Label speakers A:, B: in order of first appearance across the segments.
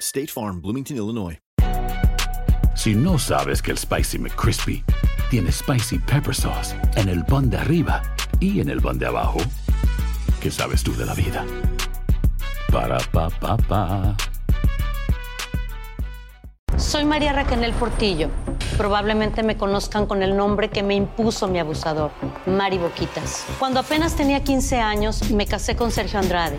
A: State Farm, Bloomington, Illinois.
B: Si no sabes que el Spicy McCrispy tiene Spicy Pepper Sauce en el pan de arriba y en el pan de abajo, ¿qué sabes tú de la vida? Para, pa, pa, pa.
C: Soy María Raquel Portillo. Probablemente me conozcan con el nombre que me impuso mi abusador, Mari Boquitas. Cuando apenas tenía 15 años, me casé con Sergio Andrade,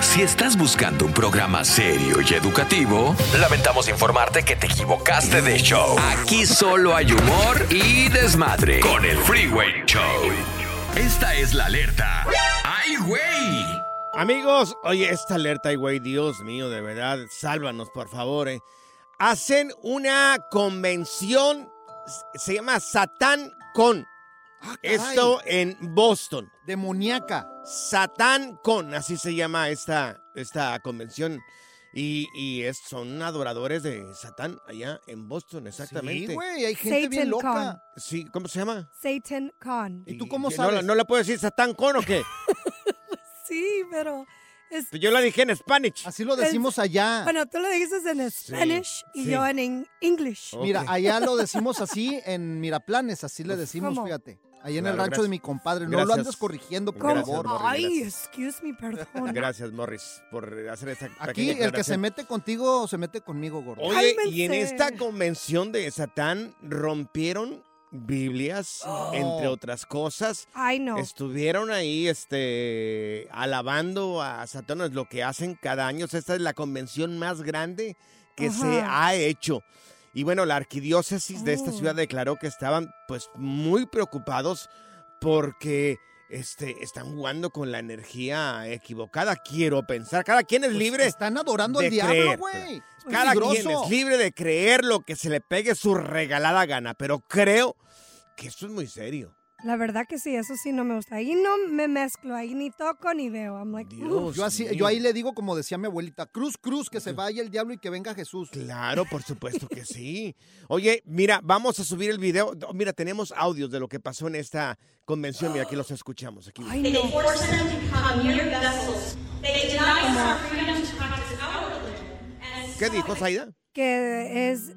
D: Si estás buscando un programa serio y educativo, lamentamos informarte que te equivocaste de show. Aquí solo hay humor y desmadre con el Freeway Show. Esta es la alerta. ¡Ay, güey!
E: Amigos, oye, esta alerta, ay, güey, Dios mío, de verdad, sálvanos, por favor. eh. Hacen una convención, se llama Satán Con. Esto en Boston.
F: Ah, Demoníaca.
E: Satán Con, así se llama esta, esta convención. Y, y es- son adoradores de Satán allá en Boston, exactamente.
F: Sí, güey, hay gente bien loca.
E: Sí, ¿cómo se llama?
G: Satan Con.
F: ¿Y tú cómo
E: Que no la-
F: sabes?
E: ¿No, la puedo decir Satán Con o qué? Pues
G: Sí, pero es,
E: Yo la dije en Spanish.
F: Así lo decimos allá.
G: bueno, tú lo dijiste en Spanish y
E: sí.
G: yo en en English.
E: Ok.
F: Mira, allá lo decimos así en Miraplanes, así le decimos,
G: ¿Cómo?
F: fíjate. Allá en
E: Claro,
F: el rancho
E: gracias.
F: de mi compadre. No lo
E: Gracias.
F: andes corrigiendo, por
G: ¿Cómo?
E: Gracias,
F: favor.
E: Morris,
G: Ay,
E: gracias.
G: excuse me, perdón.
E: Gracias, Morris, por hacer esa
F: Aquí
E: pequeña
F: el que se
E: aclaración.
F: mete contigo se mete conmigo, gordo.
E: Oye, y en
G: Cálmense.
E: esta convención de Satán rompieron Biblias, entre otras cosas.
G: Ay, no.
E: Estuvieron ahí este, alabando a Satán, es lo que hacen cada año. O sea, Esta es la convención más grande que se
G: Ajá.
E: ha hecho. Y bueno, la arquidiócesis de esta
G: Oh.
E: ciudad declaró que estaban pues muy preocupados porque este, están jugando con la energía equivocada, quiero pensar. Cada quien es
F: Pues,
E: libre.
F: Están adorando
E: de
F: al diablo,
E: creer.
F: güey. Es
E: Cada quien
F: peligroso.
E: es libre de creer lo que se le pegue su regalada gana, pero creo que esto es muy serio.
G: La verdad que sí, eso sí no me gusta. Ahí no me mezclo, ahí ni toco ni veo. I'm like,
E: Dios.
G: "Ugh".
F: Yo, así,
E: mío.
F: yo ahí le digo, como decía mi abuelita, cruz, cruz, que se vaya el diablo y que venga Jesús.
E: Claro, por supuesto que sí. Oye, mira, vamos a subir el video. Oh, Mira, tenemos audios de lo que pasó en esta convención. Mira, aquí los escuchamos. Aquí.
G: Ay, no.
E: ¿Qué dijo Zaida?
G: Que es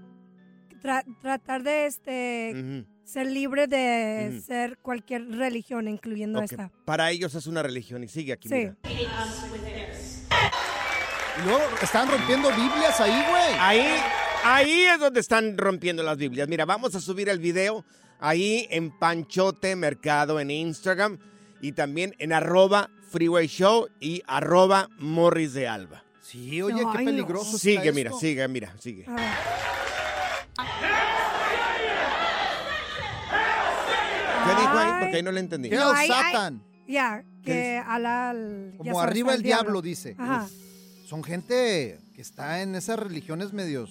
G: tra- tratar de este
E: Ujú.
G: ser libre de
E: Ujú.
G: ser cualquier religión, incluyendo
E: Ok,
G: esta.
E: Para ellos es una religión y sigue aquí.
G: Sí.
E: mira.
F: Y luego están rompiendo Biblias ahí, güey.
E: Ahí, ahí es donde están rompiendo las Biblias. Mira, vamos a subir el video ahí en Panchote Mercado en Instagram y también en arroba Freeway Show y arroba Morris de Alba.
F: Sí, oye,
G: No,
F: qué
G: ay, no.
F: peligroso. está
E: Sigue, mira,
F: esto.
E: sigue, mira, sigue.
G: A ver.
E: ¿Qué dijo ahí? Porque ahí
G: Ay.
E: no le entendí.
F: Hail
G: No, ay, ay.
F: Satan.
G: Ya,
F: ¿Qué
G: que
F: dice?
G: ala al... ya
F: Como
G: sabes,
F: arriba
G: al
F: el diablo, dice.
G: Ajá.
F: Son gente que está en esas religiones medios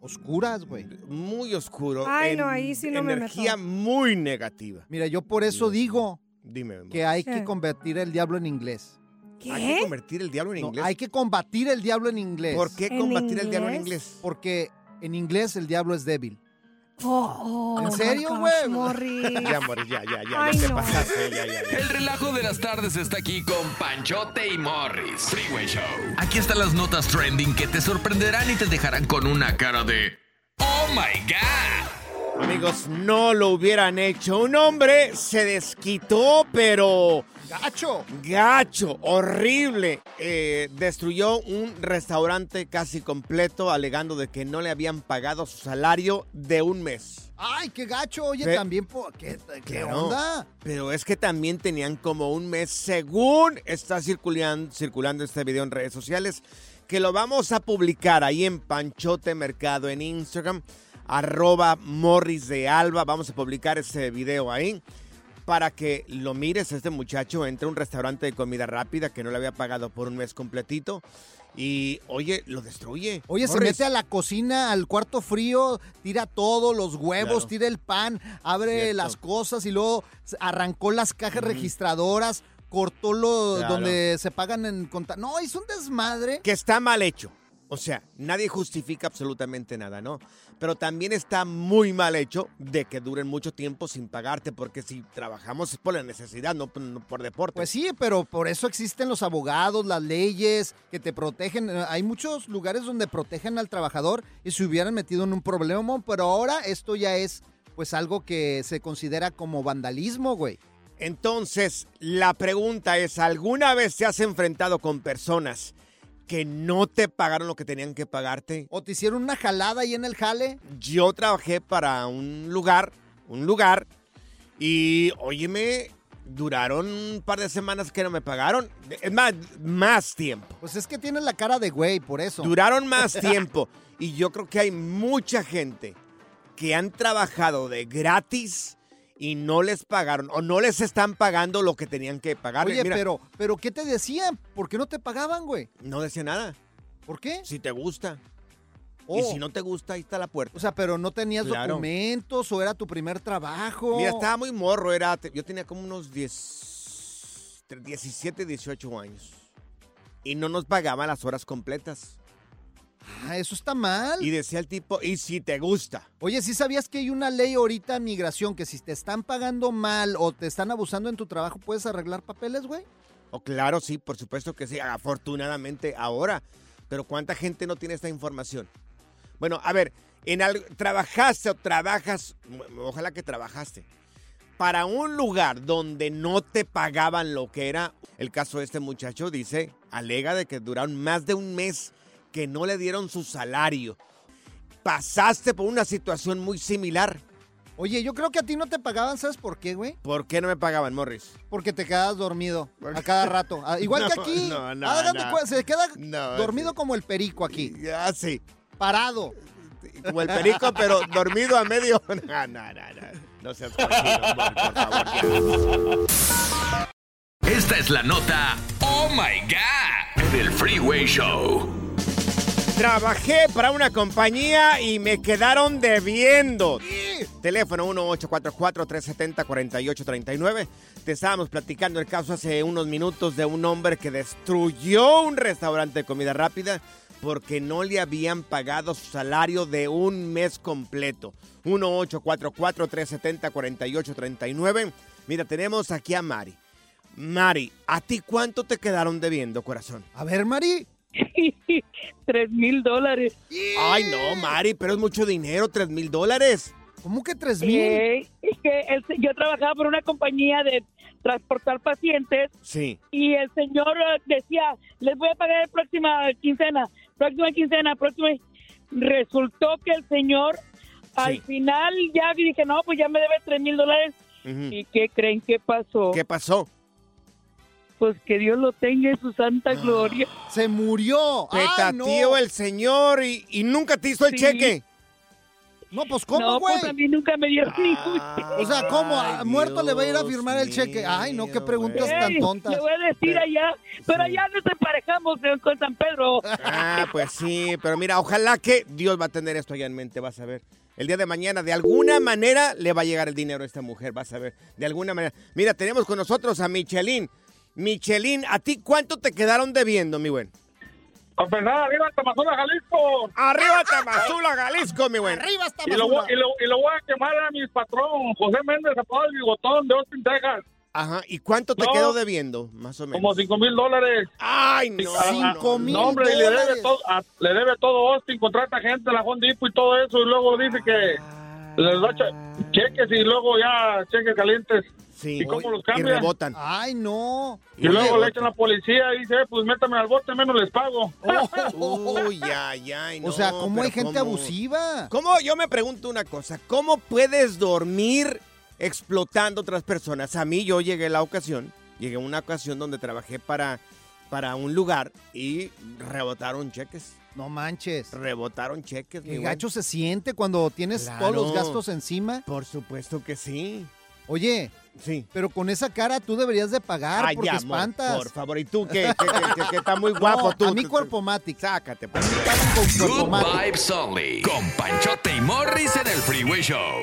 H: Oscuras, güey.
E: Muy oscuro.
G: Ay, no, ahí sí no me meto.
E: Energía muy negativa.
H: Mira, yo por eso digo
E: Dime, amor.
H: que hay
E: Sí.
H: que convertir el diablo en inglés.
E: Hay que convertir el diablo en
H: No,
E: inglés.
H: hay que combatir el diablo en inglés.
E: ¿Por qué ¿En combatir el diablo en inglés?
H: Porque en inglés el diablo es débil.
G: Oh,
H: ¿En
G: oh,
H: serio,
G: my
H: güey?
G: gosh, Morris.
E: Ya, Morris, ya, ya, ya,
G: Ay,
E: ya te
G: no.
E: pasaste, ya, ya, ya.
D: El relajo de las tardes está aquí con Panchote y Morris. Freeway Show. Aquí están las notas trending que te sorprenderán y te dejarán con una cara de ¡Oh my God!
E: Amigos, no lo hubieran hecho. Un hombre se desquitó, pero
H: ¡Gacho!
E: gacho, horrible. Eh, destruyó un restaurante casi completo alegando de que no le habían pagado su salario de un mes.
H: Ay, qué gacho. Oye,
E: Ve-
H: también, po- ¿qué, qué
E: Claro,
H: onda?
E: Pero es que también tenían como un mes, según está circulando, circulando este video en redes sociales, que lo vamos a publicar ahí en Panchote Mercado en Instagram, arroba Morris de Alba. Vamos a publicar ese video ahí para que lo mires. Este muchacho entra a un restaurante de comida rápida que no le había pagado por un mes completito y, oye, lo destruye.
H: Oye, se
E: Morris.
H: mete a la cocina, al cuarto frío, tira todo, los huevos,
E: Claro.
H: tira el pan, abre
E: Cierto.
H: las cosas y luego s- arrancó las cajas registradoras, cortó lo
E: Claro.
H: donde se pagan en conta. No, hizo un desmadre.
E: que está mal hecho. O sea, nadie justifica absolutamente nada, ¿no? Pero también está muy mal hecho de que duren mucho tiempo sin pagarte, porque si trabajamos es por la necesidad, no, por- no por deporte.
H: Pues sí, pero por eso existen los abogados, las leyes que te protegen. Eh, Hay muchos lugares donde protegen al trabajador y se hubieran metido en un problema, pero ahora esto ya es pues algo que se considera como vandalismo, güey.
E: Entonces, la pregunta es, ¿alguna vez te has enfrentado con personas que no te pagaron lo que tenían que pagarte?
H: O te hicieron una jalada ahí en el jale.
E: Yo trabajé para un lugar, un lugar, y óyeme, duraron un par de semanas que no me pagaron. Es más, más tiempo.
H: Pues es que tienes la cara de güey, por eso.
E: Duraron más tiempo. Y yo creo que hay mucha gente que han trabajado de gratis y no les pagaron o no les están pagando lo que tenían que pagar.
H: Oye, pero, pero ¿qué te decían? ¿Por qué no te pagaban, güey?
E: No decía nada.
H: ¿Por qué?
E: Si te gusta. Y
H: Oh.
E: si no te gusta, ahí está la puerta.
H: O sea, pero no tenías
E: Claro.
H: documentos o era tu primer trabajo.
E: Mira, estaba muy morro. Era, yo tenía como unos 10, 17, 18 años. Y no nos pagaban las horas completas.
H: Ah, eso está mal.
E: Y decía el tipo, y si te gusta.
H: Oye, ¿sí sabías que hay una ley ahorita en migración que si te están pagando mal o te están abusando en tu trabajo, puedes arreglar papeles, güey?
E: Oh, claro, sí, por supuesto que sí, afortunadamente ahora. Pero ¿cuánta gente no tiene esta información? Bueno, a ver, en al- trabajaste o trabajas, o- ojalá que trabajaste, para un lugar donde no te pagaban lo que era. El caso de este muchacho dice, alega de que duraron más de un mes que no le dieron su salario. Pasaste por una situación muy similar.
H: Oye, yo creo que a ti no te pagaban, ¿sabes por qué, güey?
E: ¿Por qué no me pagaban, Morris?
H: Porque te quedabas dormido a cada rato. Ah, Igual que
E: No,
H: aquí.
E: no, no,
H: Hagan de
E: no.
H: cuenta, se queda
E: No,
H: dormido como el perico aquí.
E: Ya, sí.
H: Parado.
E: como el perico, pero dormido a medio. No, no, no, no. No seas cochino, Mor, por favor.
D: Esta es la nota ¡Oh my God! en el Freeway Show.
E: Trabajé para una compañía y me quedaron debiendo. Teléfono 1844-370-4839. Te estábamos platicando el caso hace unos minutos de un hombre que destruyó un restaurante de comida rápida porque no le habían pagado su salario de un mes completo. 1844-370-4839. Mira, tenemos aquí a Mari. Mari, ¿a ti cuánto te quedaron debiendo, corazón?
H: A ver, Mari.
I: Tres mil dólares.
E: Ay, no, Mari, pero es mucho dinero, tres mil dólares.
H: ¿Cómo que tres
I: Eh, es que el se- yo trabajaba por una compañía de transportar pacientes
E: Sí.
I: y el señor eh, decía, les voy a pagar la próxima quincena, próxima quincena, próxima. Resultó que el señor al final ya dije, no, pues ya me debe tres mil dólares. ¿Y qué creen que pasó?
E: ¿Qué pasó?
I: Pues que Dios lo tenga en su
E: Ah,
I: santa gloria.
H: Se murió.
E: Petatío el señor y, y nunca te hizo el
I: Sí.
E: cheque.
H: No, pues ¿cómo,
I: No,
H: güey? Ah,
I: pues, a mí nunca me dieron
H: O sea, ¿cómo? ¿A muerto le va a ir a firmar el cheque. Ay, no, qué preguntas tan
I: Ey,
H: tontas.
I: Le voy a decir allá, pero allá nos emparejamos eh, con San Pedro.
E: Ah, pues sí, pero mira, ojalá que Dios va a tener esto allá en mente, vas a ver. El día de mañana, de alguna manera, le va a llegar el dinero a esta mujer, vas a ver. De alguna manera. Mira, tenemos con nosotros a Michelin. Michelin, ¿a ti cuánto te quedaron debiendo, mi buen?
J: Pues nada, arriba Tamazula, Jalisco.
E: Arriba Tamazula, Jalisco, mi buen.
H: Arriba
J: Y lo, voy- y, lo, y lo voy a quemar a mi patrón, José Méndez, a el bigotón de Austin, Texas.
E: Ajá, ¿y cuánto te
J: No.
E: quedó debiendo, más o menos?
J: Como 5 mil dólares.
E: ¡Ay, no!
J: ¡Cinco mil No, hombre, y le debe, todo, a- le debe todo Austin, contrata gente, la Honda Depot y todo eso, y luego dice que
E: Ah.
J: les da che- cheques y luego ya cheques calientes. ¿Y cómo los cambian?
H: Ay, no.
J: Y luego le echan a la policía y dice, "Eh, pues métame al bote, menos les pago.
E: Oh, Uy, ay, ay, no,
H: O sea, ¿cómo
E: pero
H: hay gente abusiva?
E: ¿Cómo? Yo me pregunto una cosa. ¿Cómo puedes dormir explotando otras personas? A mí yo llegué a la ocasión, llegué a una ocasión donde trabajé para, para un lugar y rebotaron cheques.
H: No manches.
E: Rebotaron cheques, mi
H: El
E: buen.
H: gacho se siente cuando tienes todos los
E: Claro.
H: gastos encima.
E: Por supuesto que sí.
H: Oye,
E: sí.
H: pero con esa cara tú deberías de pagar
E: Ay,
H: porque
E: ya, amor,
H: espantas.
E: por favor, ¿y tú qué? Que, que- que- que está muy guapo
H: No,
E: tú.
H: A mí
E: Tú- pues.
H: cuerpo matic.
E: Sácate,
D: Good Vibes Only. Con Panchote y Morris en el Freeway Show.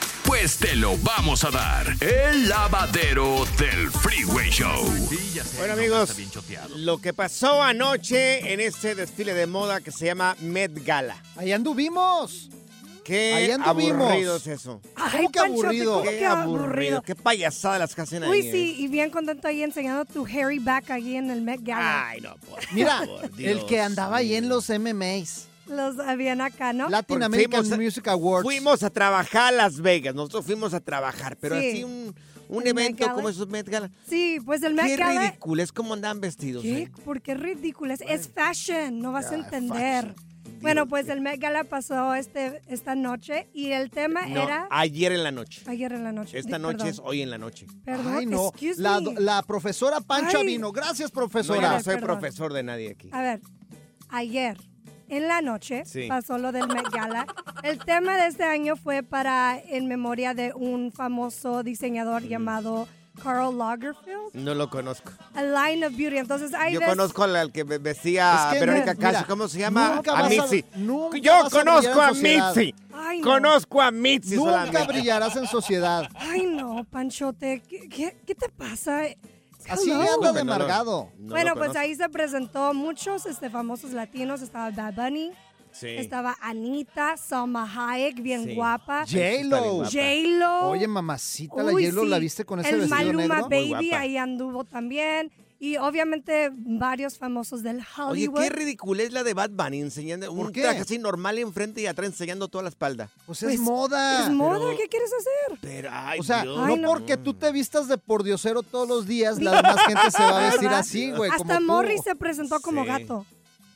D: Pues te lo vamos a dar. El lavadero del Freeway Show.
E: Bueno amigos, lo que pasó anoche en este desfile de moda que se llama Met Gala.
H: Ahí anduvimos.
E: Qué
H: Ahí anduvimos.
E: aburrido es eso.
G: Ay,
H: qué
G: Panchote,
H: aburrido?
G: ¿cómo
E: Qué
G: que aburrido?
E: aburrido. Qué payasada las que hacen ahí.
G: Uy,
E: ¿eh?
G: sí, y bien contento ahí enseñando tu Harry back ahí en el Met Gala.
E: Ay, no, por
H: Mira,
E: favor,
H: el
E: Dios.
H: que andaba ahí en los MMAs.
G: Los habían acá, ¿no?
H: Latin
E: Porque
H: American
E: fuimos a-
H: Music Awards.
E: Fuimos a trabajar a Las Vegas. Nosotros fuimos a trabajar, pero
G: Sí.
E: así un, un
G: El Met
E: evento
G: Gala.
E: como esos Met Gala.
G: Sí, pues el Met
E: Qué
G: Gala.
E: ridículo, es como andan vestidos.
G: ¿Qué?
E: ¿eh? Ah,
G: ¿Por qué ridículo? Es- Es fashion, no vas a entender. Bueno, pues el Met Gala pasó este, esta noche y el tema
E: No,
G: era
E: ayer en la noche.
G: ayer en la noche.
E: Esta
G: Di-
E: noche
G: perdón.
E: es hoy en la noche.
G: Perdón,
H: Ay, no.
G: excuse
H: La,
G: me.
H: la profesora Pancha
G: Ay.
H: vino. Gracias,
E: No, yo
H: profesora.
E: no soy profesor de nadie aquí.
G: A ver, ayer en la noche
E: Sí.
G: pasó lo del Met Gala. El tema de este año fue para en memoria de un famoso
E: Mm.
G: diseñador llamado Karl Lagerfeld,
E: No lo conozco.
G: A Line of Beauty. Entonces hay
E: Yo
G: ves-
E: conozco al al que ve- vestía
G: Es que
E: a Ah, Verónica
G: no,
E: Castro.
G: mira,
E: ¿Cómo se llama?
H: nunca
E: a
H: vas a-
E: Mitzi.
H: nunca
E: Yo
H: vas a
E: conozco
H: brillar
E: a,
H: en sociedad.
E: Mitzi.
G: Ay, no.
E: Conozco a Mitzi
H: Nunca
E: solamente.
H: brillarás en sociedad.
G: Ay, no, Panchote, ¿qué, qué- qué te pasa?
H: Así
G: Hello.
H: anda de amargado.
G: bueno, pues ahí se presentó muchos este, famosos latinos. Estaba Bad Bunny, estaba Anita, Salma Hayek, bien
H: Sí.
G: guapa.
H: J-Lo.
G: J-Lo.
H: Oye, mamacita, la
G: Uy,
H: J-Lo la
G: sí.
H: viste con ese
G: El
H: vestido
G: Maluma
H: negro.
G: Baby ahí anduvo también. y obviamente varios famosos del
E: Oye,
G: Hollywood.
E: qué ridícula es la de Bad Bunny enseñando un
G: qué?
E: traje así normal enfrente y atrás enseñando toda la espalda.
H: Pues es moda.
G: Es moda,
E: Pero-
G: ¿qué quieres hacer?
E: Pero, ay,
H: o sea,
E: Dios.
H: no,
E: Ay, no.
H: porque tú te vistas de pordiosero todos los días, la más gente se va a vestir
G: ¿Verdad?
H: así, güey. como
G: Hasta
H: tú.
G: Morris se presentó como
H: Sí.
G: gato.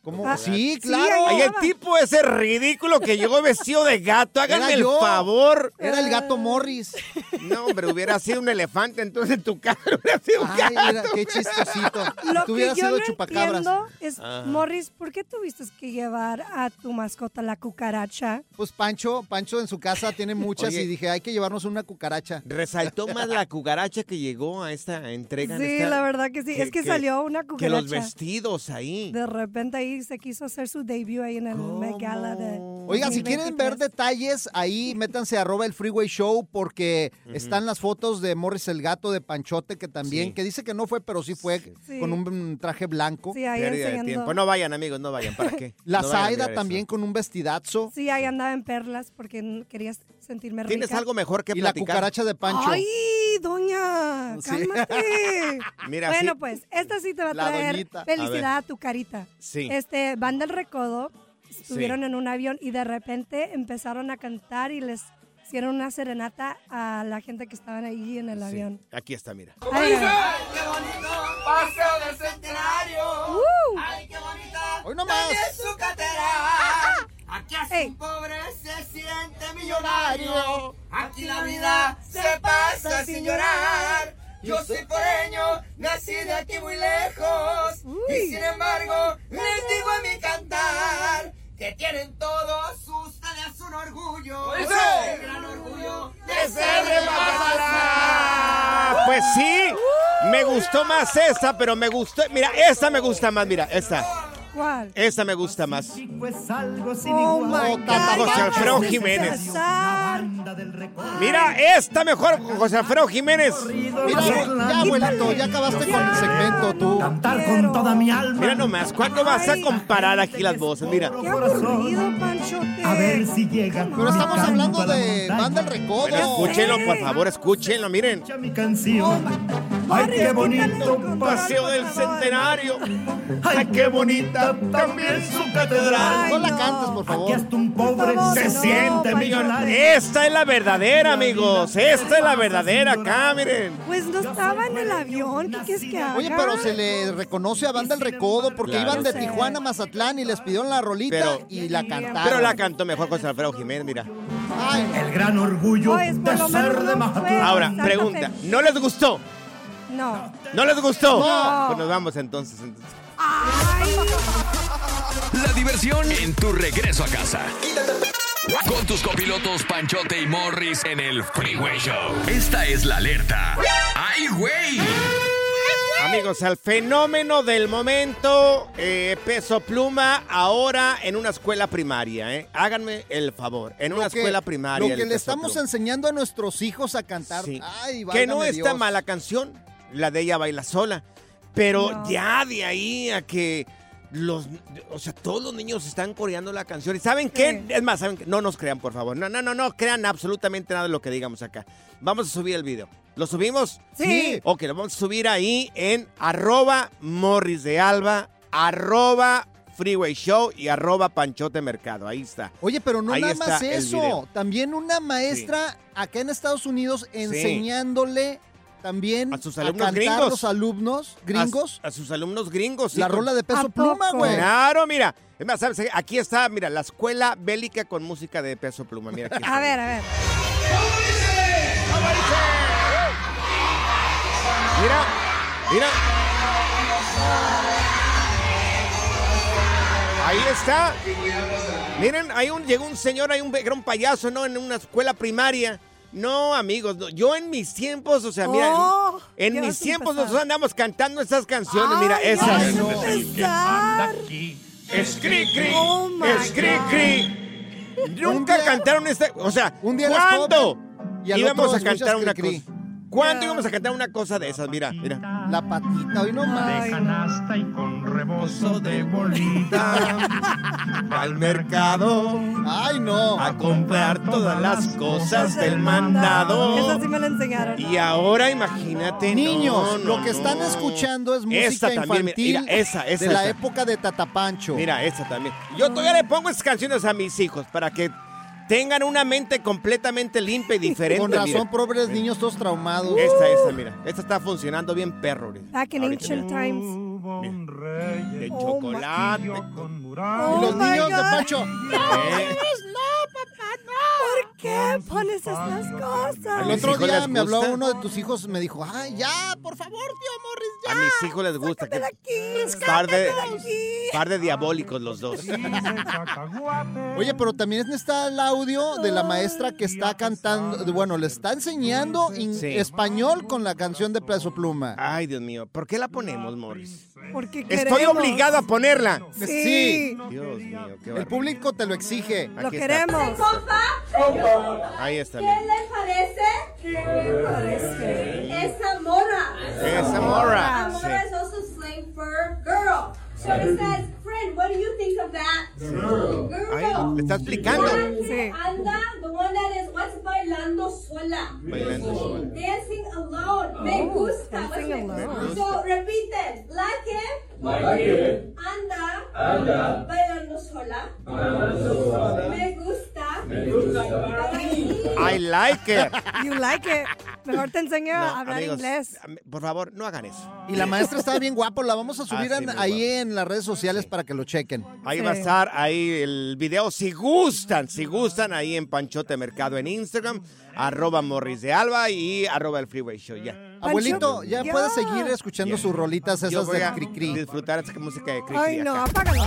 H: ¿Cómo?
G: Ah,
H: sí,
G: sí,
H: claro.
G: ahí
E: Ay, el tipo ese ridículo que llegó vestido de gato, háganme
H: Era
E: el
H: yo.
E: favor.
H: Era el
G: Ah.
H: gato Morris.
E: No, hombre, hubiera sido un elefante entonces en tu cara.
H: Ay, mira, qué chistosito.
G: Lo
H: Tú hubieras
G: que yo
H: sido
G: no
H: chupacabras.
G: entiendo es,
H: Ah.
G: Morris, ¿por qué tuviste que llevar a tu mascota la cucaracha?
H: Pues Pancho, Pancho en su casa tiene muchas
E: Oye.
H: y dije, hay que llevarnos una cucaracha.
E: Resaltó más la cucaracha que llegó a esta entrega. en
G: Sí,
E: esta-
G: la verdad que sí. Es que salió una
E: Que los
G: cucaracha.
E: vestidos ahí.
G: De repente ahí se quiso hacer su debut ahí en el Met Gala de...
H: Oigan, si quieren ver detalles, ahí métanse a arroba el Freeway Show porque están las fotos de Morris el gato de Panchote que también,
E: Sí.
H: que dice que no fue, pero sí fue
G: Sí.
H: con un mm, traje blanco.
G: Sí, ahí
E: Pérdida de
G: enseñando.
E: tiempo. No vayan, amigos, no vayan. ¿Para qué?
H: La
E: No vayan a mirar
H: Zaida
E: eso.
H: también con un vestidazo.
G: Sí, ahí andaba en perlas porque n- quería sentirme rica.
E: ¿Tienes algo mejor que
H: Y la
E: platicar?
H: cucaracha de Pancho.
G: ¡Ay, doña!
E: Sí.
G: ¡Cálmate!
E: Mira,
G: bueno,
E: sí.
G: pues, esta sí te va a
E: La
G: traer
E: doñita. A ver.
G: felicidad a, tu carita.
E: Sí.
G: Este, Van del Recodo estuvieron en un avión y de repente empezaron a cantar y les hicieron una serenata a la gente que estaban ahí en el
E: Sí.
G: avión.
E: Aquí está, mira.
G: Ahí va.
K: ¡Qué bonito! ¡Paseo del centenario!
G: ¡Uh!
K: ¡Ay, qué bonita!
H: ¡Hoy nomás!
K: También su catera! Aquí hasta un pobre se siente millonario. Aquí la vida se pasa sin llorar. Yo soy poreño, nací de aquí muy lejos. Y sin embargo, les digo a mi cantar que tienen todos sus tareas un orgullo.
E: ¡Eso!
K: El gran orgullo de ser de
E: Ah, pues sí. Me gustó más esta, pero me gustó. Mira, esta me gusta más, mira, esta.
G: ¿Cuál?
E: Esta me gusta más.
K: Pues algo sin
G: Oh
E: my God. José Alfredo Jiménez. Mira, esta mejor, José Alfredo Jiménez.
H: Mira, ya, abuelito, ya acabaste con el segmento tú.
E: Cantar con toda mi alma. Mira nomás, ¿cuándo vas a comparar aquí las voces? Mira.
G: ¡Qué aburrido, Panchote! A ver si llega.
H: Pero estamos hablando de Banda el Recodo.
E: Bueno, escúchenlo, por favor, escúchenlo, miren.
K: mi canción.
E: Ay, qué bonito
H: Oh,
E: paseo del centenario. Ay, qué bonita también su catedral.
H: No la cantes, por favor.
E: Se siente millonario. Esta es la verdadera, amigos. Esta es la verdadera acá, Ah, miren.
G: Pues no estaba en el avión, ¿qué quieres que haga?
H: Oye, pero se le reconoce a Banda el Recodo porque
E: Claro.
H: iban de
E: Sí.
H: Tijuana a Mazatlán y les pidieron la rolita
E: Pero-
H: y la cantaron.
E: Pero la cantó mejor José Alfredo Jiménez, mira.
H: El
E: gran orgullo
G: Pues, por lo menos no fue
E: Ahora,
G: Santa
E: pregunta.
G: Fe.
E: ¿No les gustó?
G: No.
E: ¿No les gustó?
G: No.
E: Pues nos vamos entonces. entonces.
D: La diversión en tu regreso a casa. Con tus copilotos Panchote y Morris en el Freeway Show. Esta es la alerta. ¡Ay, güey!
E: Amigos, al fenómeno del momento, eh, peso pluma ahora en una escuela primaria. eh. Háganme el favor, en una
H: que-
E: escuela primaria.
H: Lo que
E: el
H: le
E: Peso
H: estamos
E: Pluma.
H: enseñando a nuestros hijos a cantar.
E: Sí.
H: Ay,
E: que no
H: válgame
E: está
H: Dios.
E: mala canción, la de ella baila sola, pero
H: No.
E: ya de ahí a que los, o sea, todos los niños están coreando la canción y saben qué, es más, saben qué? no nos crean por favor, no, no, no, no crean absolutamente nada de lo que digamos acá. Vamos a subir el video. ¿Lo subimos?
G: Sí. Sí.
E: Ok, lo vamos a subir ahí en arroba Morris de Alba, arroba Freeway Show y arroba Panchote Mercado. Ahí está.
H: Oye, pero no
E: Ahí
H: nada
E: está
H: más
E: el video.
H: eso. También una maestra acá en Estados Unidos enseñándole también a
E: sus alumnos
H: cantar
E: gringos.
H: los alumnos gringos.
E: A, a sus alumnos gringos. sí,
H: La
E: con-
H: rola de peso pluma, güey.
E: Claro, mira. Es más, ¿sabes? Aquí está, mira, la escuela bélica con música de peso pluma. Mira, aquí está.
G: A ver, a ver.
E: Mira, mira. Ahí está. Miren, hay un, llegó un señor, hay un, ve- era un payaso, ¿no? En una escuela primaria. No, amigos, no. yo en mis tiempos, o sea, mira, en-
G: Oh,
E: en
G: ya
E: mis
G: vas a
E: tiempos
G: empezar.
E: nosotros andamos cantando esas canciones, mira,
G: Ay, ya
E: esas.
G: vas a empezar.
E: Es cri cri.
G: Oh, my
E: es cri
G: God.
E: cri. Nunca cantaron esta. O sea,
H: día eras
E: ¿cuándo
H: joven y al
E: íbamos
H: otro
E: a cantar
H: escuchas
E: una
H: cri-cri?
E: cosa? ¿Cuándo íbamos a cantar una cosa de esas? Mira, mira.
H: La patita, hoy no más.
L: De canasta y con rebozo de bolita. Va al mercado.
H: Ay, no.
L: A comprar todas las cosas del mandado.
G: Esa sí me la enseñaron.
E: Y ahora imagínate.
H: Niños,
E: no, no,
H: lo que están
E: no.
H: escuchando es música
E: Esa también, mira,
H: infantil
E: mira, esa, esa,
H: de la
E: esa.
H: época de Tatapancho.
E: Mira, este, esa también. Yo todavía le pongo esas canciones a mis hijos para que tengan una mente completamente limpia y diferente.
H: Con razón,
E: mira.
H: pobres niños todos traumados.
E: Esta, esta, mira. Esta está funcionando bien perro. ahorita.
G: Back in
E: Ahorita,
G: Ah, ancient
E: mira.
G: times.
E: De
G: Oh,
E: chocolate.
G: Oh,
H: y los
G: my
H: niños de
G: God.
H: Pancho.
E: Eh,
G: ¿Por qué pones esas cosas?
H: El
E: mis
H: otro
E: hijos
H: día
E: les
H: me habló
E: gusta.
H: uno de tus hijos, me dijo, ay, ya, por favor, tío
E: A mis hijos les gusta que
G: Morris, ya.
E: par de,
G: sácate de aquí.
E: par de diabólicos los dos.
H: Oye, pero también está el audio de la maestra que está cantando, bueno, le está enseñando en
E: Sí.
H: español con la canción de Plazo Pluma.
E: Ay, Dios mío, ¿por qué la ponemos, Morris?
G: Porque
E: Estoy
G: queremos.
E: obligado a ponerla.
H: Sí.
E: Dios mío, qué
H: El
E: bárbaro.
H: público te lo exige.
E: Aquí está. Ahí está. mira.
M: les parece? ¿Qué les parece? Esa mora.
E: Esa mora.
M: Esa mora is also slang for girl. So he says, friend, what do you think of that? Girl.
E: Ahí, le está explicando.
M: Sí. Anda, the one that is, what's bailando sola?
E: Bailando sola.
M: Dancing alone. Me gusta. What's
G: Oh, dancing
M: next?
G: alone.
M: So, repite. La que anda,
N: Anda.
M: bailando sola. Me gusta. Me
E: I like it.
G: You like it. Mejor te enseño
E: No,
G: a hablar
E: amigos,
G: inglés.
E: Por favor, no hagan eso.
H: Y la maestra está bien guapo, la vamos a subir
E: Ah, sí,
H: en-
E: muy Ah,
H: ahí en las redes sociales para que lo chequen.
E: Ahí
H: Sí.
E: va a estar ahí el video. Si gustan, si gustan, ahí en Panchote Mercado en Instagram, arroba Morris de Alba y arroba el Freeway Show. Ya.
H: Abuelito, ya
G: ya.
H: puedes seguir escuchando sus rolitas
E: Yo
H: esas
E: voy
H: de
E: a
H: Cricri.
E: disfrutar esta música de Cricri.
G: Ay, no,
E: acá.
G: apágalo.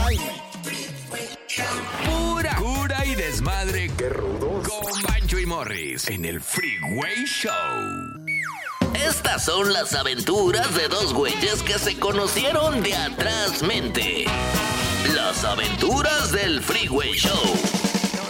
D: Pura cura y desmadre. Qué rudos. Con Bancho y Morris en el Freeway Show.
O: Estas son las aventuras de dos güeyes que se conocieron de atrás mente. Las aventuras del Freeway Show.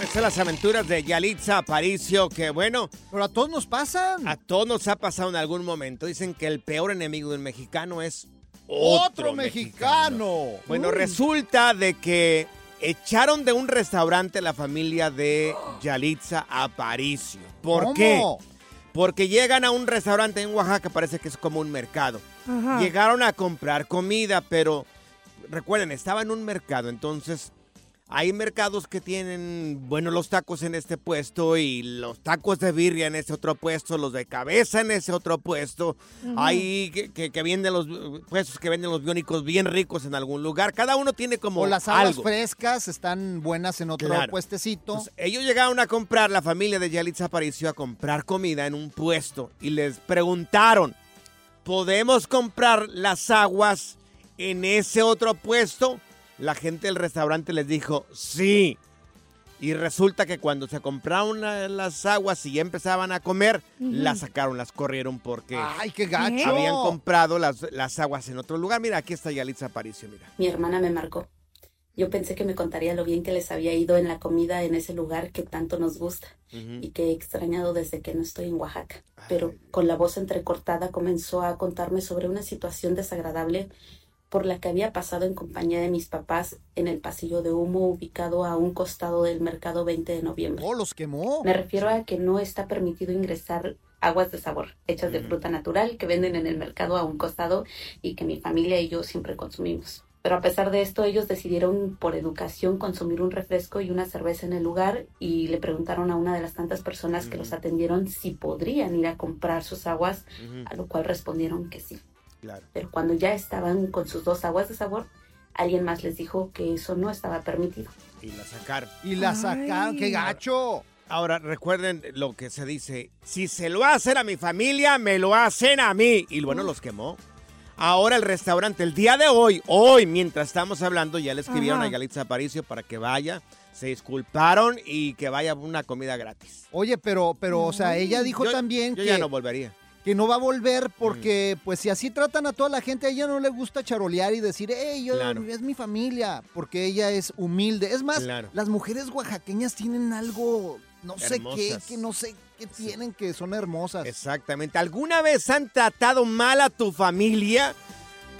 E: Estas son las aventuras de Yalitza Aparicio, que bueno.
H: Pero a todos nos pasan.
E: A todos nos ha pasado en algún momento. Dicen que el peor enemigo del mexicano es
H: ¡Otro
E: otro mexicano.
H: mexicano!
E: Bueno,
H: Uy.
E: resulta de que echaron de un restaurante a la familia de Yalitza Aparicio. ¿Por
H: ¿Cómo?
E: qué? Porque llegan a un restaurante en Oaxaca, parece que es como un mercado.
G: Ajá.
E: Llegaron a comprar comida, pero recuerden, estaba en un mercado, entonces hay mercados que tienen, bueno, los tacos en este puesto y los tacos de birria en ese otro puesto, los de cabeza en ese otro puesto.
P: Ujú.
E: Hay que, que- que venden los eh, puestos que venden los biónicos bien ricos en algún lugar. Cada uno tiene como
H: O las aguas
E: algo.
H: frescas están buenas en otro
E: Claro.
H: puestecito.
E: Entonces, ellos llegaron a comprar, la familia de Yalitza apareció a comprar comida en un puesto y les preguntaron, ¿podemos comprar las aguas en ese otro puesto? La gente del restaurante les dijo, sí. Y resulta que cuando se compraron la- las aguas y ya empezaban a comer,
H: Ujú.
E: las sacaron, las corrieron porque
H: ¡Ay, qué gacho!
E: habían comprado las, las aguas en otro lugar. Mira, aquí está Yalitza Aparicio, mira.
P: Mi hermana me marcó. Yo pensé que me contaría lo bien que les había ido en la comida en ese lugar que tanto nos gusta y que he extrañado desde que no estoy en Oaxaca. Pero con la voz entrecortada comenzó a contarme sobre una situación desagradable por la que había pasado en compañía de mis papás en el pasillo de humo ubicado a un costado del mercado 20 de noviembre.
H: ¡Oh, los quemó!
P: Me refiero a que no está permitido ingresar aguas de sabor hechas de fruta natural que venden en el mercado a un costado y que mi familia y yo siempre consumimos. Pero a pesar de esto, ellos decidieron por educación consumir un refresco y una cerveza en el lugar y le preguntaron a una de las tantas personas que los atendieron si podrían ir a comprar sus aguas, a lo cual respondieron que sí.
E: Claro.
P: Pero cuando ya estaban con sus dos aguas de sabor, alguien más les dijo que eso no estaba permitido.
E: Y la sacaron.
H: Y la sacaron, qué gacho.
E: Ahora, recuerden lo que se dice, si se lo hacen a mi familia, me lo hacen a mí. Y bueno, los quemó. Ahora el restaurante, el día de hoy, hoy, mientras estamos hablando, ya le escribieron
H: Ajá.
E: a Yalitza Aparicio para que vaya, se disculparon y que vaya una comida gratis.
H: Oye, pero, pero, o sea, ella dijo
E: Mm, Yo-
H: también
E: Yo
H: que,
E: ya no Mm. volvería.
H: que no va a volver porque, pues, si así tratan a toda la gente, a ella no le gusta charolear y decir, hey, yo,
E: Claro.
H: es mi familia, porque ella es humilde. Es más,
E: Claro.
H: las mujeres oaxaqueñas tienen algo, no sé qué,
E: Hermosas.
H: que no sé ¿Qué tienen que son hermosas?
E: Exactamente. ¿Alguna vez han tratado mal a tu familia?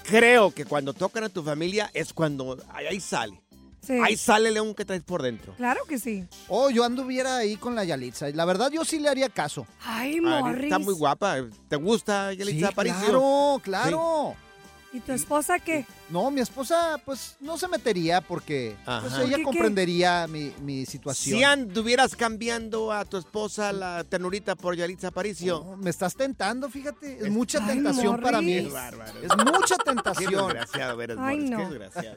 E: Creo que cuando tocan a tu familia es cuando ahí ahí sale.
G: Sí.
E: Ahí sale el león que traes por dentro.
G: Claro que sí.
H: Oh, yo anduviera ahí con la Yalitza. y La verdad, yo sí le haría caso.
G: Ay,
E: Ah,
G: Morris.
E: Está muy guapa. ¿Te gusta, Yelitza
H: Sí,
E: Aparicio?
H: claro, claro.
G: ¿Y tu esposa qué?
H: No, mi esposa, pues, no se metería porque
E: Ajá.
H: pues,
E: ¿Por qué
H: ella
E: qué?
H: comprendería mi, mi situación.
E: Si anduvieras cambiando a tu esposa la ternurita por Yalitza Aparicio.
H: me estás tentando, fíjate. Es mucha
E: Ay,
H: tentación
E: Morris.
H: para mí.
E: Qué bárbaro.
H: Es mucha
E: Qué
H: tentación.
E: desgraciado eres,
H: Ay,
E: Boris, qué
H: no.
E: desgraciado.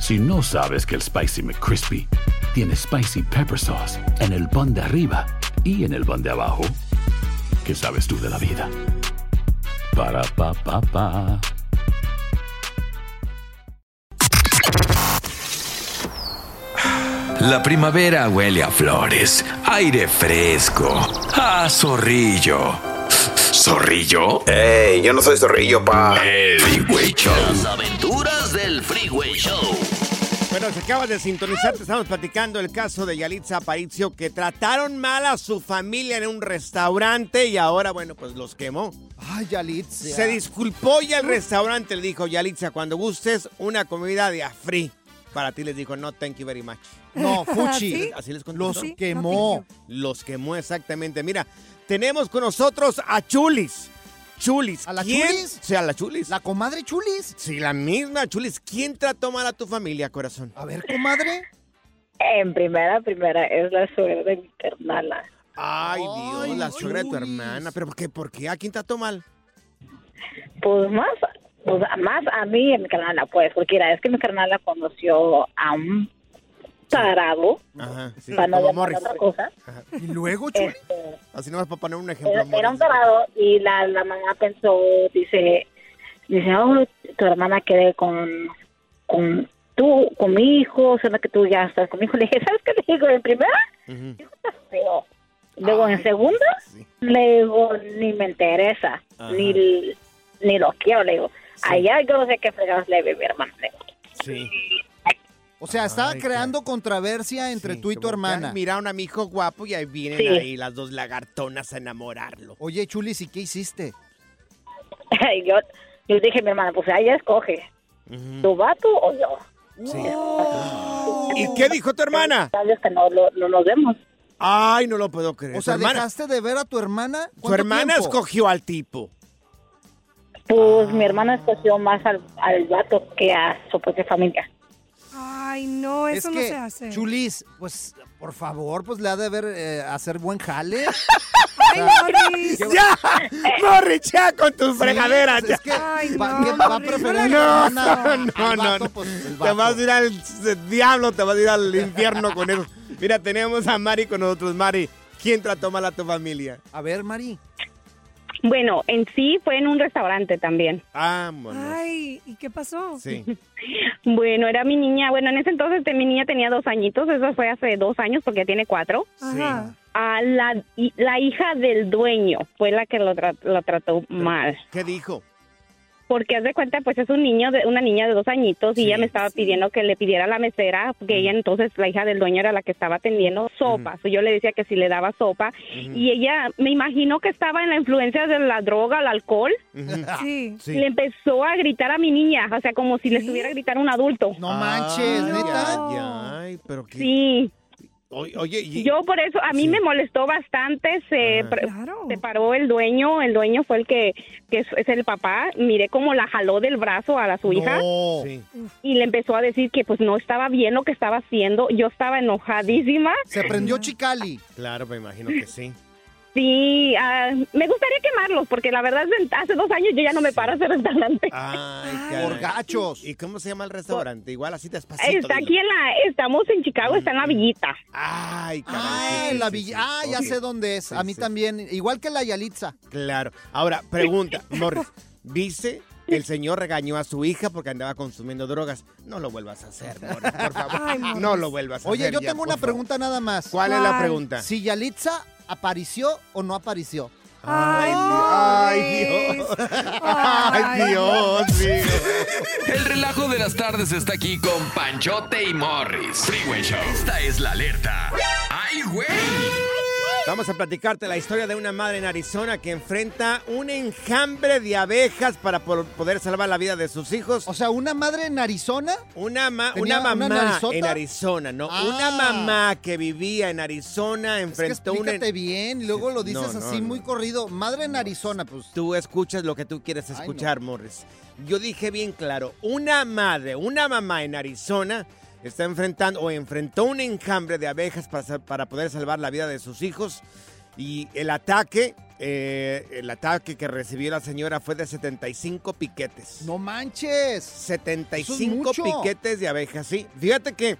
B: Si no sabes que el Spicy McCrispy tiene Spicy Pepper Sauce en el pan de arriba y en el pan de abajo, ¿qué sabes tú de la vida? Para, pa, pa, pa.
D: La primavera huele a flores, aire fresco, a zorrillo. ¿Zorrillo? ¡Ey! Yo no soy zorrillo, pa. El Freeway Show.
O: Las aventuras del Freeway Show.
E: Bueno, si acabas de sintonizar, te estamos platicando el caso de Yalitza Aparicio que trataron mal a su familia en un restaurante y ahora, bueno, pues los quemó.
H: Ay, Yalitza.
E: Se disculpó y al restaurante le dijo, Yalitza, cuando gustes una comida de afri. Para ti les dijo, no, thank you very much.
H: No, fuchi. ¿Sí?
E: Así les contestó.
H: Los quemó.
E: Los quemó exactamente. Mira, tenemos con nosotros a Chulis. Chulis. ¿A
H: la Chulis?
E: Sí, a la Chulis.
H: ¿La comadre Chulis?
E: Sí, la misma Chulis. ¿Quién trató mal a tu familia, corazón?
H: A ver, comadre.
Q: En primera, primera, es la suegra de mi carnala.
E: Ay, Dios, la suegra de tu hermana. ¿Pero por qué? ¿Por qué? ¿A quién trató mal?
Q: Pues más, pues más a mí y a mi carnala, pues, porque la es que mi carnala conoció a un tarado,
E: Ajá, sí,
Q: para no
E: como
Q: llamar
E: Morris.
Q: otra cosa.
E: ¿Y luego, Chulis? Así nomás para poner un ejemplo.
Q: Era, era un
E: Morris.
Q: tarado y la, la mamá pensó, dice, dice, oh, tu hermana quiere con, con tú, con mi hijo, suena que tú ya estás con mi hijo. Le dije, ¿sabes qué le digo? En primera, feo. Luego en segunda, le digo, ni me interesa,
E: Ajá.
Q: ni, ni lo quiero, le digo. Allá yo no sé qué fregados le bebé, hermano. le digo.
E: Sí.
H: O sea, estaba
E: Ay,
H: creando controversia entre tú y tu hermana.
E: Miraron a mi hijo guapo y ahí vienen
H: Sí.
E: ahí las dos lagartonas a enamorarlo.
H: Oye, Chulis, ¿y qué hiciste?
Q: Y yo, yo dije, mi hermana, pues allá escoge, tu vato o yo.
E: ¿Y qué dijo tu hermana?
Q: Sabes que no, lo- no nos vemos.
E: Ay, no lo puedo creer.
H: O
E: Tu
H: sea,
E: hermana-
H: ¿dejaste de ver a tu hermana?
E: tu
H: ¿Cuánto
E: hermana
H: tiempo?
E: escogió al tipo.
Q: Pues mi hermana escogió más al, al vato que a su propia familia.
G: Ay, no, eso
H: es
G: no
H: que,
G: se hace.
H: Chulis, pues, por favor, pues le ha de ver eh, hacer buen jale.
G: Ay,
E: ¡Ya! ¡Morris, ya con tus
H: Sí, pues,
E: fregaderas!
H: es
E: ya.
H: que va- ¿qué va a preferir la
E: No,
H: hermana
E: no,
H: al
E: no,
H: vato?
E: no.
H: Pues, el
E: Te
H: vato.
E: vas a ir al s- diablo, te vas a ir al infierno con eso. Mira, tenemos a Mari con nosotros. Mari, ¿quién trató mal a tu familia?
H: A ver, Mari.
N: Bueno, en sí fue en un restaurante también. Ah.
E: Vámonos.
G: Ay, ¿y qué pasó?
E: Sí.
N: Bueno, era mi niña. Bueno, en ese entonces te- mi niña tenía dos añitos. Eso fue hace dos años porque ya tiene cuatro.
G: Ajá.
N: A la, y- la hija del dueño fue la que lo, tra- lo trató mal.
E: ¿Qué dijo?
N: Porque haz de cuenta, pues es un niño, de, una niña de dos añitos y ella me estaba pidiendo que le pidiera a la mesera, porque ella entonces, la hija del dueño era la que estaba atendiendo sopa. So, yo le decía que si le daba sopa y ella, me imagino que estaba en la influencia de la droga, el alcohol.
G: Sí.
N: Y Le empezó a gritar a mi niña, o sea, como si le estuviera gritando un adulto.
H: No manches,
E: Ah,
H: neta.
E: Ay, ay, pero qué.
N: Sí.
E: Oye, oye, y- Ah.
N: Yo por eso, a mí me molestó bastante, se, pr- se paró el dueño, el dueño fue el que, que es, es el papá, miré como la jaló del brazo a la su hija
E: Sí.
N: y le empezó a decir que pues no estaba bien lo que estaba haciendo, yo estaba enojadísima.
H: Se prendió Chicali.
E: Claro, me imagino que sí.
N: Sí, ah, me gustaría quemarlos porque la verdad es que hace dos años yo ya no me paro a hacer restaurante.
E: Ay, caray.
H: Por gachos.
E: ¿Y cómo se llama el restaurante? Igual así despacito.
N: Está
E: dilo.
N: aquí en la, estamos en Chicago, está en la villita.
E: Ay, caray.
H: Ah, en la villa. Ah, ya sé dónde es. A mí también. Igual que la Yalitza.
E: Claro. Ahora, pregunta, Morris. Dice que el señor regañó a su hija porque andaba consumiendo drogas. No lo vuelvas a hacer, Morris, por favor.
H: Ay, Morris.
E: no lo vuelvas a
H: Oye,
E: hacer.
H: yo
E: ya,
H: tengo
E: por
H: una
E: favor.
H: pregunta nada más.
E: ¿Cuál es la ¿Cuál? pregunta?
H: Si Yalitza apareció o no apareció.
E: Ay, Ay, Dios. Ay, Dios mío.
D: El relajo de las tardes está aquí con Panchote y Morris. Freeway Show. Esta es la alerta. ¡Ay, güey!
E: Vamos a platicarte la historia de una madre en Arizona que enfrenta un enjambre de abejas para por- poder salvar la vida de sus hijos. O
H: sea, una madre en Arizona.
E: Una, ma-
H: ¿Tenía
E: una
H: una
E: mamá
H: narizota?
E: en Arizona, ¿no?
H: Ah.
E: Una mamá que vivía en Arizona enfrentó un... en-
H: Explícate bien, y luego lo dices
E: No, no,
H: así
E: no.
H: muy corrido. Madre en Arizona, pues.
E: Tú escuchas lo que tú quieres escuchar, Morris. Yo dije bien claro, una madre, una mamá en Arizona está enfrentando o enfrentó un enjambre de abejas para, sa- para poder salvar la vida de sus hijos y el ataque, eh, el ataque que recibió la señora fue de 75 piquetes.
H: No manches.
E: 75
H: Eso es mucho.
E: piquetes de abejas, sí. Fíjate que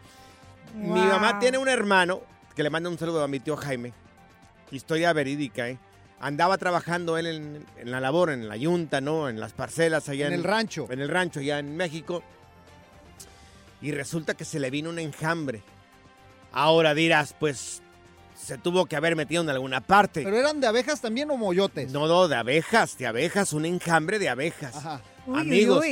E: mi mamá
H: Wow.
E: tiene un hermano que le manda un saludo a mi tío Jaime. Historia verídica, ¿eh? Andaba trabajando él en, en la labor, en la yunta, ¿no? En las parcelas allá
H: En el rancho.
E: En el rancho, allá en México. Y resulta que se le vino un enjambre. Ahora dirás, pues se tuvo que haber metido en alguna parte.
H: ¿Pero eran de abejas también o moyotes?
E: No, no, de abejas, de abejas, un enjambre de abejas.
H: Ajá.
E: Uy, Amigos,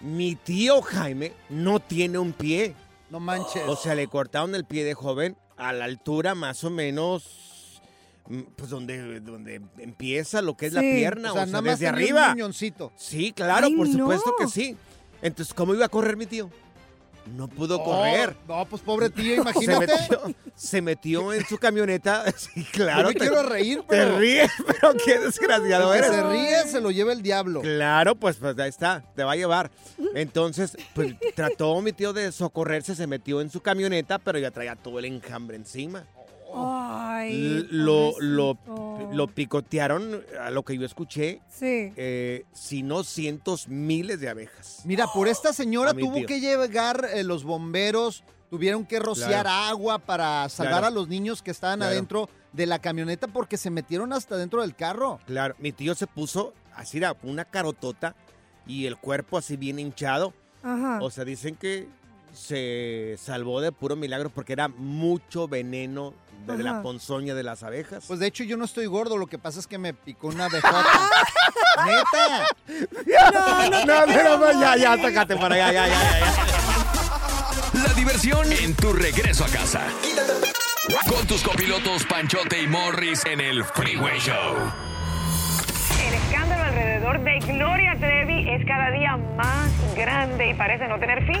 E: mi tío Jaime no tiene un pie.
H: No manches.
E: O sea, le cortaron el pie de joven a la altura más o menos, mm, pues donde, donde empieza lo que es la
H: Sí.
E: pierna, o sea,
H: nada más tenía
E: desde
H: un
E: arriba.
H: muñoncito.
E: Sí, claro,
H: Ay,
E: por
H: no.
E: supuesto que sí. Entonces, ¿cómo iba a correr mi tío? No pudo
H: Oh,
E: correr.
H: No, pues pobre tío, imagínate.
E: Se metió, se metió en su camioneta. Sí, claro.
H: Yo me
E: te-
H: quiero reír,
E: Te
H: pero-
E: ríes, pero qué desgraciado
H: El que
E: eres.
H: se ríe, se lo lleva el diablo.
E: Claro, pues, pues ahí está, te va a llevar. Entonces, pues trató mi tío de socorrerse, se metió en su camioneta, pero ya traía todo el enjambre encima. L-
G: Ay,
E: lo, lo,
G: pobrecito.
E: lo picotearon, a lo que yo escuché,
G: Sí.
E: eh, si no cientos, miles de abejas.
H: Mira, por esta señora
E: A mi
H: tuvo
E: tío.
H: que llegar eh, los bomberos, tuvieron que rociar
E: Claro.
H: agua para salvar
E: Claro.
H: a los niños que estaban
E: Claro.
H: adentro de la camioneta porque se metieron hasta dentro del carro.
E: Claro, mi tío se puso así, era una carotota y el cuerpo así bien hinchado.
G: Ajá.
E: O sea, dicen que se salvó de puro milagro porque era mucho veneno de la
H: Ajá.
E: ponzoña de las abejas.
H: Pues de hecho yo no estoy gordo, lo que pasa es que me picó una abejota. ¡Neta!
E: no, no, ya, ya, tócate para allá, ya, ya, ya.
D: La diversión en tu regreso a casa. Con tus copilotos Panchote y Morris en el Freeway Show.
R: El escándalo alrededor de Gloria Trevi es cada día más grande y parece no tener fin.